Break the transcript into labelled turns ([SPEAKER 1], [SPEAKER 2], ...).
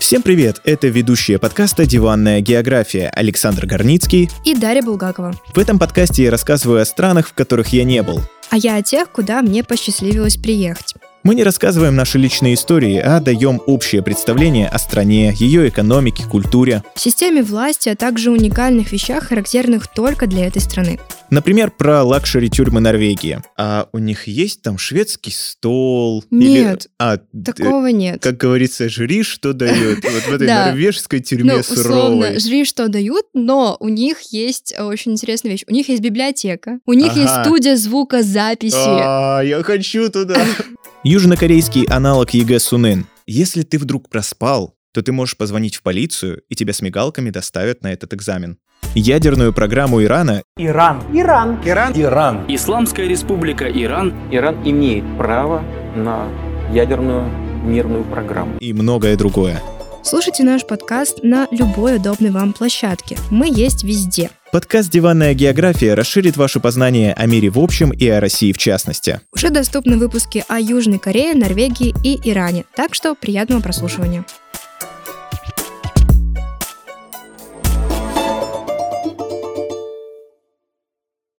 [SPEAKER 1] Всем привет! Это ведущие подкаста «Диванная география» Александр Горницкий.
[SPEAKER 2] И Дарья Булгакова.
[SPEAKER 1] В этом подкасте я рассказываю о странах, в которых я не был.
[SPEAKER 2] А я о тех, куда мне посчастливилось приехать.
[SPEAKER 1] Мы не рассказываем наши личные истории, а даем общее представление о стране, ее экономике, культуре.
[SPEAKER 2] Системе власти, а также уникальных вещах, характерных только для этой страны.
[SPEAKER 1] Например, про лакшери тюрьмы Норвегии. А у них есть там шведский стол?
[SPEAKER 2] Нет,
[SPEAKER 1] Или... А,
[SPEAKER 2] Такого нет.
[SPEAKER 1] э, как говорится, жри, что дает. Вот в этой
[SPEAKER 2] Да.
[SPEAKER 1] норвежской
[SPEAKER 2] ну,
[SPEAKER 1] тюрьме
[SPEAKER 2] условно,
[SPEAKER 1] суровой.
[SPEAKER 2] жри, что дают, но у них есть э, очень интересная вещь. У них есть библиотека, у них есть
[SPEAKER 1] Ага.
[SPEAKER 2] студия звукозаписи.
[SPEAKER 1] А, я хочу туда. Южнокорейский аналог ЕГЭ Сунын. Если ты вдруг проспал, то ты можешь позвонить в полицию, и тебя с мигалками доставят на этот экзамен. Ядерную программу Ирана
[SPEAKER 3] Иран. Иран. Иран. Иран.
[SPEAKER 4] Исламская республика Иран
[SPEAKER 5] Иран имеет право на ядерную мирную программу.
[SPEAKER 1] и многое другое.
[SPEAKER 2] Слушайте наш подкаст на любой удобной вам площадке. Мы есть везде.
[SPEAKER 1] Подкаст «Диванная география» расширит ваше познание о мире в общем и о России в частности.
[SPEAKER 2] Уже доступны выпуски о Южной Корее, Норвегии и Иране, так что приятного прослушивания.